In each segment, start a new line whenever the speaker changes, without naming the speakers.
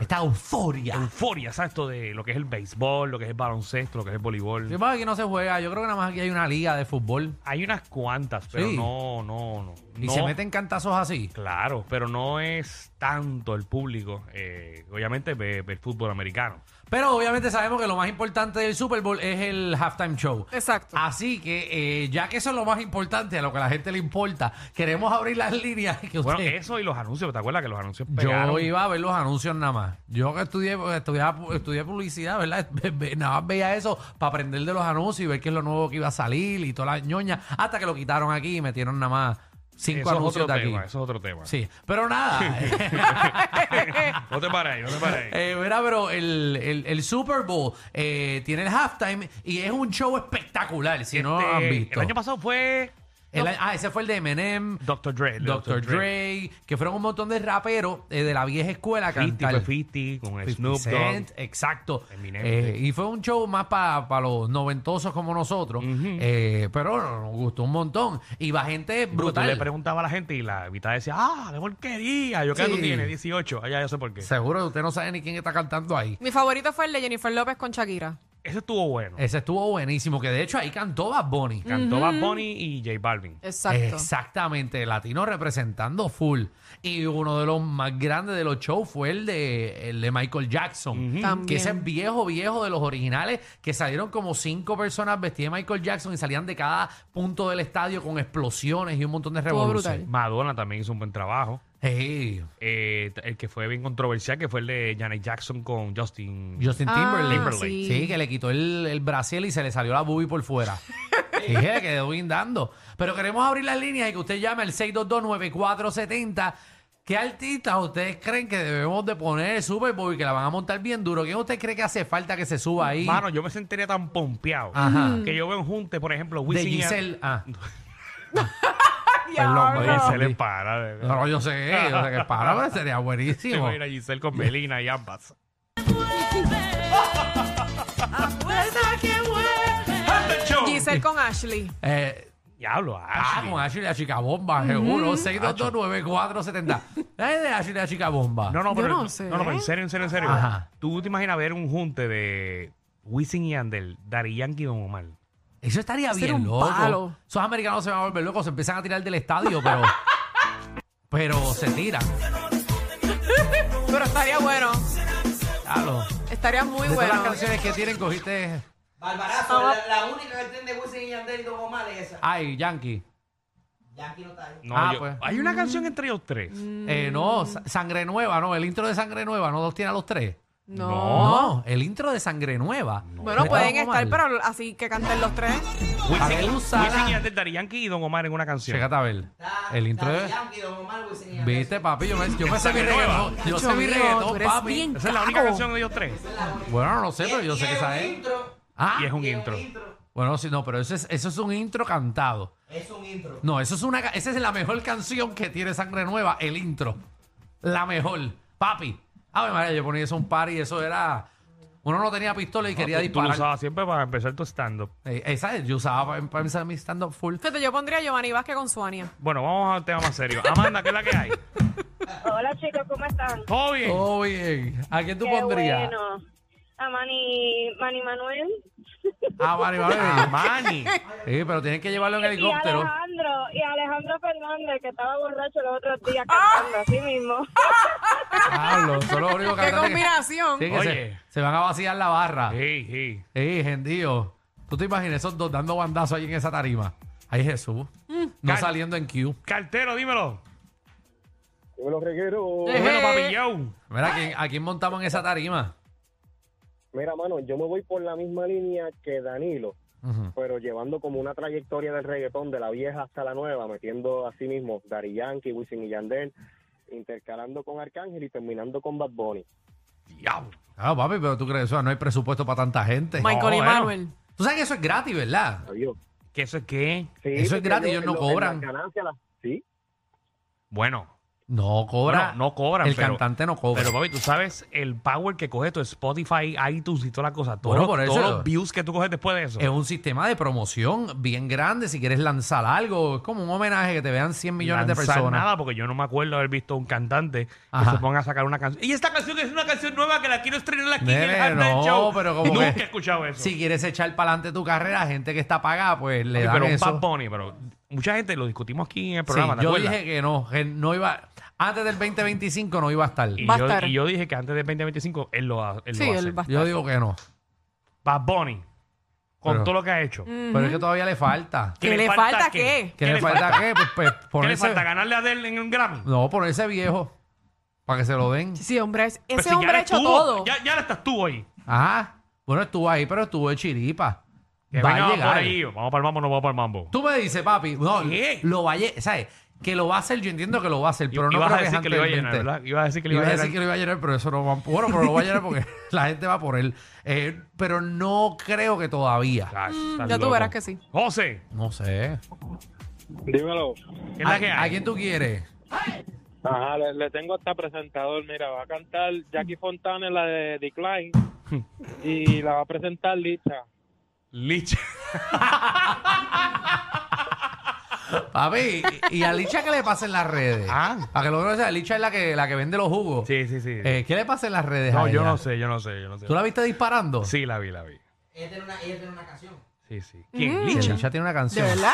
esta euforia.
euforia, exacto, de lo que es el béisbol, lo que es el baloncesto, lo que es el voleibol.
Sí, porque aquí no se juega. Yo creo que nada más aquí hay una liga de fútbol.
Hay unas cuantas, pero
Sí.
no, no, no.
Y
No,
se meten cantazos así.
Claro, pero no es tanto el público, eh, obviamente, ve- ve el fútbol americano.
Pero obviamente sabemos que lo más importante del Super Bowl es el halftime show.
Exacto.
Así que, eh, ya que eso es lo más importante, a lo que a la gente le importa, queremos abrir las líneas que
Bueno,
usted-
eso y los anuncios, ¿te acuerdas que los anuncios pegaron?
Yo iba a ver los anuncios nada más. Yo que estudié, pues, estudiaba, estudié publicidad, ¿verdad? Ve- ve- Nada más veía eso para aprender de los anuncios y ver qué es lo nuevo que iba a salir y todas las ñoñas. Hasta que lo quitaron aquí y metieron nada más cinco
Eso es
anuncios
otro
de aquí.
tema, eso es otro tema.
Sí, pero nada.
No te pares, ahí, no te pares. ahí.
Eh, verá, pero el, el- el Super Bowl eh, tiene el halftime y es un show espectacular, si Eh, no
Este,
han visto.
El año pasado fue
El año- ah, ese fue el de Eminem,
Dr. Dre. el
Dr. Dre, que fueron un montón de raperos eh, de la vieja escuela a
50
cantar.
fue 50, con
50
Snoop
Cent,
Dogg.
exacto.
Eminem,
Eh,
sí.
y fue un show más para los noventosos como nosotros, Eh, pero nos gustó un montón. Y va gente
Tú le
brutal.
preguntaba a la gente y la mitad decía, ah, qué porquería. Yo, ¿qué edad tú
Sí.
tienes? 18. Allá yo sé por qué.
Seguro que usted no sabe ni quién está cantando ahí.
Mi favorito fue el de Jennifer López con Shakira.
Ese estuvo bueno.
Ese estuvo buenísimo, que de hecho ahí cantó Bad Bunny.
Cantó Bad Bunny y J Balvin.
Mm, Exacto.
Exactamente, latino representando full. Y uno de los más grandes de los shows fue el de, el de Michael Jackson. Que
También.
ese es viejo, viejo de los originales, que salieron como cinco personas vestidas de Michael Jackson y salían de cada punto del estadio con explosiones y un montón de
Estuvo
revoluciones.
Madonna también hizo un buen trabajo.
Hey,
Eh, t- el que fue bien controversial, que fue el de Janet Jackson con Justin.
Justin
Ah,
Timberlake.
sí.
Sí, que le quitó el, el brasil y se le salió la boobie por fuera. Y se quedó guindando. Pero queremos abrir las líneas y que usted llame al 6229470. ¿Qué artistas ustedes creen que debemos de poner el Super Bowl y que la van a montar bien duro? ¿Quién usted cree que hace falta que se suba ahí?
Mano, yo me sentiría tan pompeado.
Ajá.
Que yo veo en Junte, por ejemplo,
de
Wisin y-
Giselle. Ah,
Diablo.
Perdón,
Giselle es para. de-
no, yo sé, yo sé que para, pero sería
Te
buenísimo.
voy a ir a Giselle con Melina y ambas.
Giselle con Ashley.
Eh,
Diablo,
Ah,
Ashley.
con Ashley la chica bomba, seguro. 6229470. Dale de Ashley la chica bomba.
No, no,
Yo
pero,
no sé.
pero en serio, en serio, en serio.
Ah. Ajá.
¿Tú te imaginas ver un junte de Wisin y Andel, Dari Yankee y Don Omar?
Eso estaría
Ese era
bien
un
loco.
palo.
Esos americanos se van a volver locos, se empiezan a tirar del estadio, pero. pero se tiran.
Pero estaría bueno.
Claro.
Estaría muy
de todas las
bueno.
canciones que tienen, cogiste.
Barbarazo, la, la única que tiene de Wisin y Yandel y Don Omar es esa.
Ay, Yankee.
Ya aquí no está ahí.
No,
Ah,
yo-
pues.
Hay una canción entre ellos tres.
Eh,
Mm.
no, Sa- Sangre Nueva, no. El intro de Sangre Nueva, no dos tiene a los tres.
No.
No, el intro de Sangre Nueva.
Bueno,
No
pueden
estaba
estar,
mal.
pero así que canten los tres.
Wisin,
Abel Usana.
Wisin y Andel, Dari Yankee y Don Omar en una canción.
Chécate a ver.
Está,
El intro
está
de.
Yankee, Don Omar, Wisin y Yandel.
Viste, papi, yo me, yo me sé mi
Sangre Nueva.
reggaetón. Yo sé
Dios
mi
mío, tú
reggaetón,
eres
papi.
bien
Esa es la única
caco.
canción de ellos tres.
Bueno, no sé,
Y-
pero yo
y
sé que
es
esa
un
es.
intro.
Ah,
Y es un
y es
intro.
un intro.
bueno, sí, no, pero eso es, eso es un intro cantado.
Es un intro.
No, eso es una, ca- esa es la mejor canción que tiene Sangre Nueva, el intro. La mejor. Papi. A ver, María, yo ponía eso a un par y eso era. Uno no tenía pistola y quería
Tú- tú, lo
disparar.
usabas siempre para empezar tu stand-up.
Eh, esa yo usaba para empezar mi stand-up full.
Fíjate, yo pondría a Giovanni Vázquez con Suania.
Bueno, vamos al tema más serio. Amanda, ¿qué es la que hay?
Hola chicos, ¿cómo están?
¿Todo bien?
Oh, bien. ¿A quién tú
Qué
pondrías?
bueno. A Mani, Mani Manuel
Ah, vale, vale.
Ah, Manny.
Sí, pero tienen que llevarlo en
y
helicóptero.
Alejandro, y Alejandro Fernández, que estaba borracho los otros días
¡Ah!
cantando así mismo.
Hablo, son los únicos
¡Qué
cantantes que-
combinación!
Sí, que se-
Oye.
se, van a vaciar la barra.
Sí, sí.
Ey, gendío. ¿Tú te imaginas esos dos dando bandazos ahí en esa tarima? Ay, Jesús. No
Cal-
saliendo en Q.
Cartero, dímelo.
Dímelo, reguero.
Eh.
Dímelo, papillón.
Mira, ¿a quién, a quién montamos en esa tarima?
Mira, mano, yo me voy por la misma línea que Danilo,
Ujú.
pero llevando como una trayectoria del reggaetón de la vieja hasta la nueva, metiendo así mismo Dari Yankee, Wisin y Yandel, intercalando con Arcángel y terminando con Bad Bunny.
Diablo.
Ah, papi, pero tú crees eso, no hay presupuesto para tanta gente.
Ma-
Michael y
bueno.
Manuel.
Tú sabes que eso es gratis, ¿verdad?
Adiós.
¿Qué eso es qué?
Sí,
Eso es
porque
gratis,
yo-
ellos no
en lo- en las
cobran.
ganancias las- sí,
Bueno,
No cobra.
Bueno, no cobran,
El
pero-
cantante no cobra.
Pero papi, tú sabes el power que coge tu Spotify, iTunes y toda la cosa.
Bueno,
Todos, los-
por eso-
todos los views que tú coges después de eso.
es un sistema de promoción bien grande. Si quieres lanzar algo, es como un homenaje que te vean 100 millones de
Lanzar
personas.
nada porque yo no me acuerdo haber visto un cantante
Ajá.
que se ponga a sacar una canción. Y esta canción es una canción nueva que la quiero estrenar aquí en
Nene,
el Halftime
no,
Show.
pero como
Nunca
que-
he escuchado eso.
Si quieres echar para adelante tu carrera, gente que está pagada, pues le
Papi,
dan
pero un
eso.
Bad Bunny, pero mucha gente lo discutimos aquí en el
Sí,
programa, ¿te
yo
acuerdas?
dije que no, que no iba. Antes del 2025 no iba a estar.
y,
Va a
yo,
estar.
y yo dije que antes del 2025 él lo, ha- él
Sí,
lo va a
él
hacer.
va a estar.
Yo digo que no.
Bad Bunny, con
Pero-
todo lo que ha hecho.
Pero es que todavía le falta.
¿Que Mm, le falta qué?
¿Qué le falta qué? Pues, pues,
¿Qué le
ponerse,
falta? ¿Ganarle a él en un Grammy?
no, ponerse viejo. Para que se lo den.
Sí, hombre, es-
Pero
ese
Pues si ya
hombre
la
ha hecho
estuvo,
todo.
Ya, ya la estás tú ahí.
Ajá. Bueno, estuvo ahí, pero estuvo de chiripa.
Que
Va
venga,
a
vamos
llegar.
por ahí. Vamos para el mambo, no vamos para el mambo.
Tú me dices, papi, no,
¿Qué?
lo va a lle- ¿sabes? Que lo va a hacer, yo entiendo que lo va a hacer, pero
I-
no
ibas
creo
a decir
que,
que
es
lo iba a
antes del 20.
llenar, ¿verdad? Ibas a decir que lo
Iba
iba a
decir
llenar.
que lo iba a llenar, pero eso no va Bueno, pero lo va a llenar porque la gente va por él. Eh, pero no creo que todavía.
Ah, estás
ya tú
loco.
verás que sí.
José,
No sé.
Dímelo.
¿qué es la
¿A-
que
¿A
hay?
quién tú quieres?
Ajá, le, le tengo hasta presentador. Mira, va a cantar Jackie Fontana en la de Decline y la va a presentar Licha.
Licha.
Papi, ¿y a Licha qué le pasa en las redes?
Ah.
Para que lo conozcan, Licha es la que, la que vende los jugos.
Sí, sí, sí.
Eh, ¿Qué le pasa en las redes?
no,
a
yo
ella?
no sé, yo no sé, yo no sé.
¿Tú la viste disparando?
Sí, la vi, la vi.
Ella tiene una, ella tiene una canción.
Sí, sí. ¿Quién?
Que
Licha.
Licha tiene una
¿De
canción.
verdad?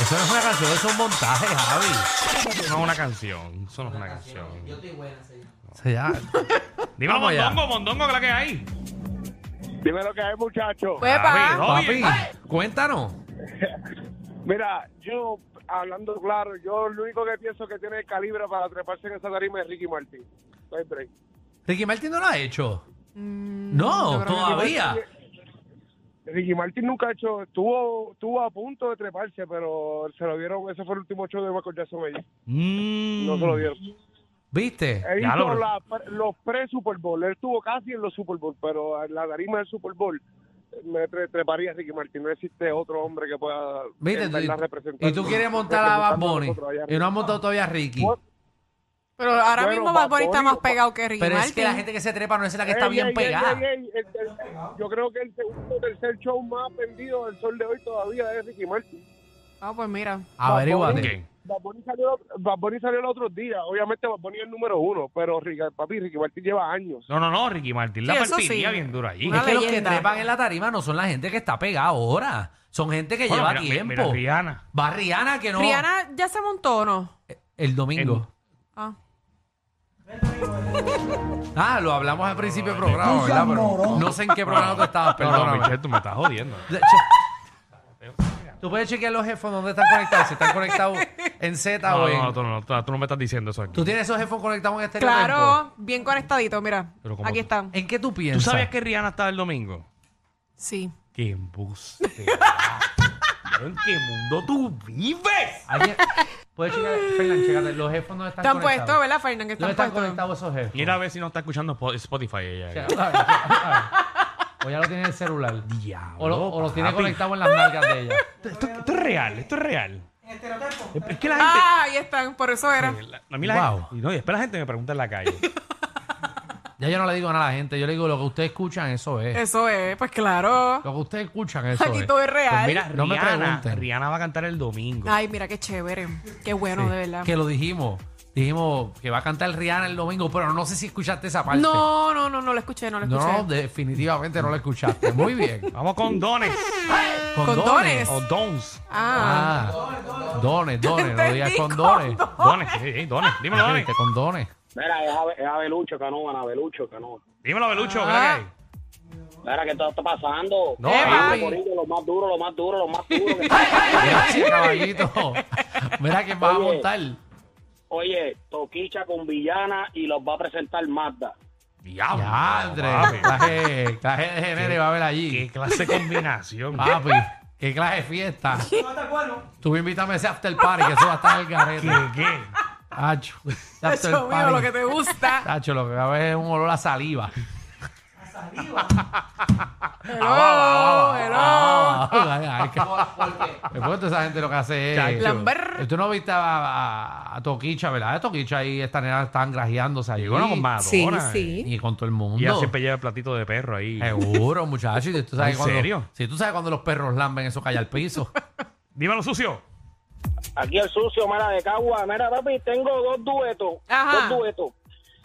Eso no es una canción, eso es un montaje, Javi.
No es una canción. Eso no es una
Yo
canción.
estoy buena, señor.
O sea, ya-
Dímelo,
Vamos allá.
Mondongo, Mondongo, que es la que hay.
Dímelo que hay, muchacho.
Pues-
Papi,
Pepa.
no. Oye,
Papi, cuéntanos.
Mira, yo, hablando claro, yo lo único que pienso que tiene el calibre para treparse en esa tarima es Ricky Martin. No hay break.
Ricky Martin no lo ha hecho.
Mm, yo
no,
creo que-
todavía.
Ricky Martin nunca ha hecho, estuvo, estuvo a punto de treparse, pero se lo dieron, ese fue el último show de Michael Jackson allí.
Mm.
No se lo dieron.
¿Viste?
Él
Ya
hizo
lo-
la- los pre-Super Bowl. Él estuvo casi en los Super Bowl, pero en la tarima del Super Bowl me tre- treparía Ricky Martin. No existe otro hombre que pueda
¿Viste?
en verdad,
Tú-
representar-
Y tú quieres montar a Bad
representando
Bunny.
nosotros allá
Y no
arriba.
has montado todavía a Ricky.
Bueno,
Pero ahora
Bueno,
mismo Bad
Bad
Bunny está
Bunny,
más pegado que Ricky
Pero es que la
Martin.
gente que se trepa no es la que está
Ey,
bien
ey,
pegada.
ey, ey, ey, el- el- yo creo que el segundo o tercer show más vendido del sol de hoy todavía es Ricky Martin.
Ah, pues mira.
Averíguate.
Ok.
Bad Bunny salió, Bad Bunny salió el otro día. Obviamente Bad Bunny es el número uno, pero Ricky- papi, Ricky Martin lleva años.
No, no, no, Ricky Martin. La
Sí, eso
partiría
sí.
bien dura allí.
Una
Es que los que
leyenda.
trepan en la tarima no son la gente que está pegada ahora. Son gente que
Bueno,
lleva
mira,
tiempo.
mira, Rihanna.
Va Rihanna que no.
Rihanna ya se montó, o ¿no?
El domingo.
Ah.
Ah, lo hablamos al principio del programa, ¿verdad? Pero no sé en qué programa tú estabas,
Perdón,
perdóname.
Michelle, tú me estás jodiendo.
De- che- Tú puedes chequear los headphones donde están conectados. Si están conectados en Z
No,
o en.
no, no, tú no, tú- tú no me estás diciendo eso aquí.
Tú tienes esos headphones conectados en este
Claro, bien conectadito, mira.
Pero como
Aquí
tú-
están.
¿En qué tú
¿Tú
piensas?
sabías que Rihanna estaba el domingo?
Sí.
¡Qué embuste! ¿En qué mundo tú vives?
Alguien- Puedes chequear, Fernan, chécate, los headphones están,
Están
conectados.
puestos, ¿verdad, Fernan? Que
¿Dónde
están
están
puestos.
conectados esos headphones?
Mira a ver si no está escuchando po- Spotify ella.
Che, a ver, a ver. O ya lo tiene en el celular.
Diablo,
O lo, o lo tiene
papi.
conectado en las nalgas de ella.
Esto, esto es real, esto es real. Es- Es que la gente...
Ah, ahí están, por eso era.
La- a mí la
Ah. Wow.
gente- y no, y después la gente me pregunta en la calle.
Ya yo no le digo nada a la gente. Yo le digo lo que ustedes escuchan, eso es.
Eso es, pues claro.
Lo que ustedes escuchan, eso
Aquí
es.
todo es real.
Pues Mira,
No me
Rihanna,
pregunten.
Rihanna va a cantar el domingo.
Ay, mira qué chévere. Qué bueno,
Sí,
de verdad.
Que lo dijimos. Dijimos que va a cantar Rihanna el domingo, pero no sé si escuchaste esa parte.
No, no, no, no lo escuché, no lo escuché.
No, definitivamente no la escuchaste. Muy bien.
Vamos con dones.
Condones.
O dons.
Ah,
Ah, dones, dones. No
Entendí,
digas condones.
condón.
Dones, sí, sí, dones. Dímelo, dones.
Gente, condones.
Mira, es, Abe- es Abelucho Canova, Abelucho Canova.
Dímelo, Belucho. ¿qué es la que hay?
Mira, que todo está pasando.
No,
Epa.
papi.
Ay.
Corillo, lo más duro, lo más duro, lo más duro. que-
Gracias, caballito. Mira que va a
Oye.
montar.
Oye, Toquicha con Villana y los va a presentar Mazda.
Diablo.
Yandre.
papi.
Clase, clase de género va a haber allí.
Qué clase de combinación.
Papi, qué clase de fiesta.
¿Cuántas cuadros?
Tú invítame a ese after party que eso va a estar el garete.
¿Qué, qué?
Tacho, ese after
Dios
Ah, party.
mío,
Ah,
lo que te gusta.
Tacho, lo que va a haber es un olor a saliva.
arriba.
Hello, hello.
Ah, ay, ay, que-
¿Por qué?
Después toda esa gente lo que hace es.
Chacho.
Lamber.
Tú no viste a, a- a Toquicha, ¿verdad? A Toquicha ahí esta nena estaban grajeándose allí.
Llegó la Madonna.
Sí, sí.
Y con todo el mundo.
Y ella siempre lleva el platito de perro ahí.
Seguro, muchachos. Y tú sabes
¿En
cuando-
serio?
Sí, tú sabes cuando los perros lamben eso cae al piso.
Dímelo sucio.
Aquí el sucio, mera de Cagua. Mira, papi, tengo dos duetos.
Ajá.
Dos duetos.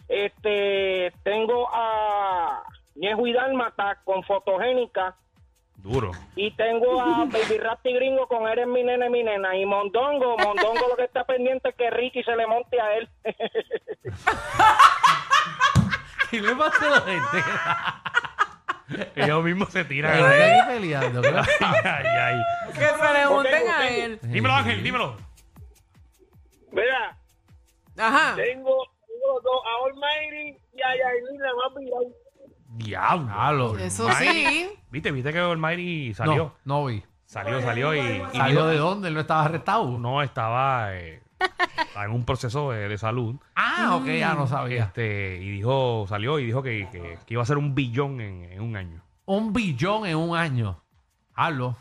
Este, tengo a Ñejo y Dálmata con Fotogénica
Duro.
y tengo a Baby Rapti Gringo con Eres mi nene, mi nena. Y Mondongo, Mondongo lo que está pendiente es que Ricky se le monte a él.
¿Qué le pasa a la gente?
Ellos mismos se tiran.
Pero
ahí.
está aquí peleando. ¿qué le pasa?
Ay, ay, ay.
Que se le junten a él.
Dímelo,
Eh,
Ángel, dímelo.
Mira, Ah.
Ajá.
tengo, tengo dos, a Olmeiri y a Yailin, la más viral.
Diablo.
Diablo.
Eso
Mayri.
sí.
Viste, viste que Olmairi salió.
No, no vi.
Salió, salió y. y
¿Salió de dónde? Él no estaba arrestado.
No estaba eh, en un proceso de, de salud.
Ah, ok, ya no sabía.
Este, y dijo, salió y dijo que, que- que iba a ser un billón en, en un año.
Un billón en un año. Halo.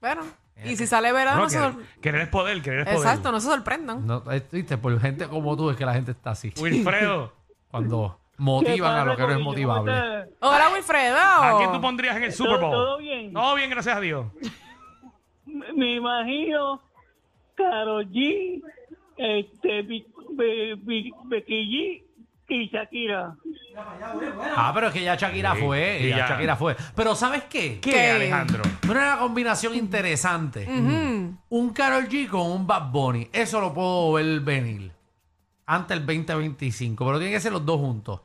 Bueno. Y si sale verano,
No,
no se
querer,
sor-
querer es poder, querer es poder.
Exacto, no se sorprendan.
No, es triste, por gente como tú es que la gente está así.
Wilfredo,
Cuando motivan a lo que no es motivable.
Hola, Wilfredo.
¿a quién tú pondrías en el Super Bowl?
¿Todo bien?
Todo bien, gracias a Dios.
Me- Me imagino Karol G, este, Bi- Be- Be- Becky G y Shakira.
Ah, pero es que ya Shakira
Sí,
fue.
sí,
ya
ya.
Shakira fue. Pero ¿sabes qué?
¿Qué,
¿Qué?
Alejandro?
Una combinación interesante. Un Carol G con un Bad Bunny. Eso lo puedo ver venir. Antes del 2025. Pero tienen que ser los dos juntos.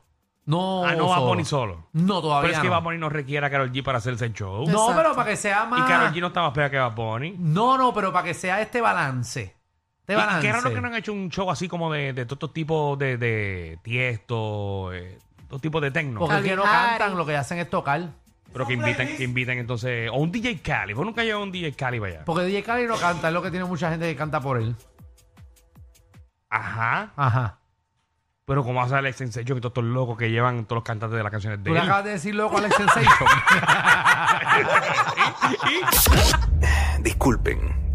No.
ah, no va a poner solo.
No, todavía
Pero es que
no.
Bad Bunny no requiere a Karol G para hacerse el
No,
show.
ah.
Exacto.
pero para que sea más.
Y Karol G no está más pega que Bad Bunny.
No, no, pero para que sea este balance. Este
Y-
balance.
Y qué raro que no han hecho un show así como de, de todos estos tipos de, de tiesto, eh, todos tipos de tecno.
Porque es que no
Calvin
cantan,
Harris.
lo que hacen es tocar.
Pero que inviten, que inviten entonces. O un DJ Cali. Vos nunca llevas un DJ Cali para allá.
Porque DJ Cali no canta, es lo que tiene mucha gente que canta por él.
Ajá.
Ajá.
Pero ¿cómo hace Alex Sensation y todos estos locos que llevan todos los cantantes de las canciones de
Tú le
él?
acabas de decir loco a Alex Sensation.
Disculpen,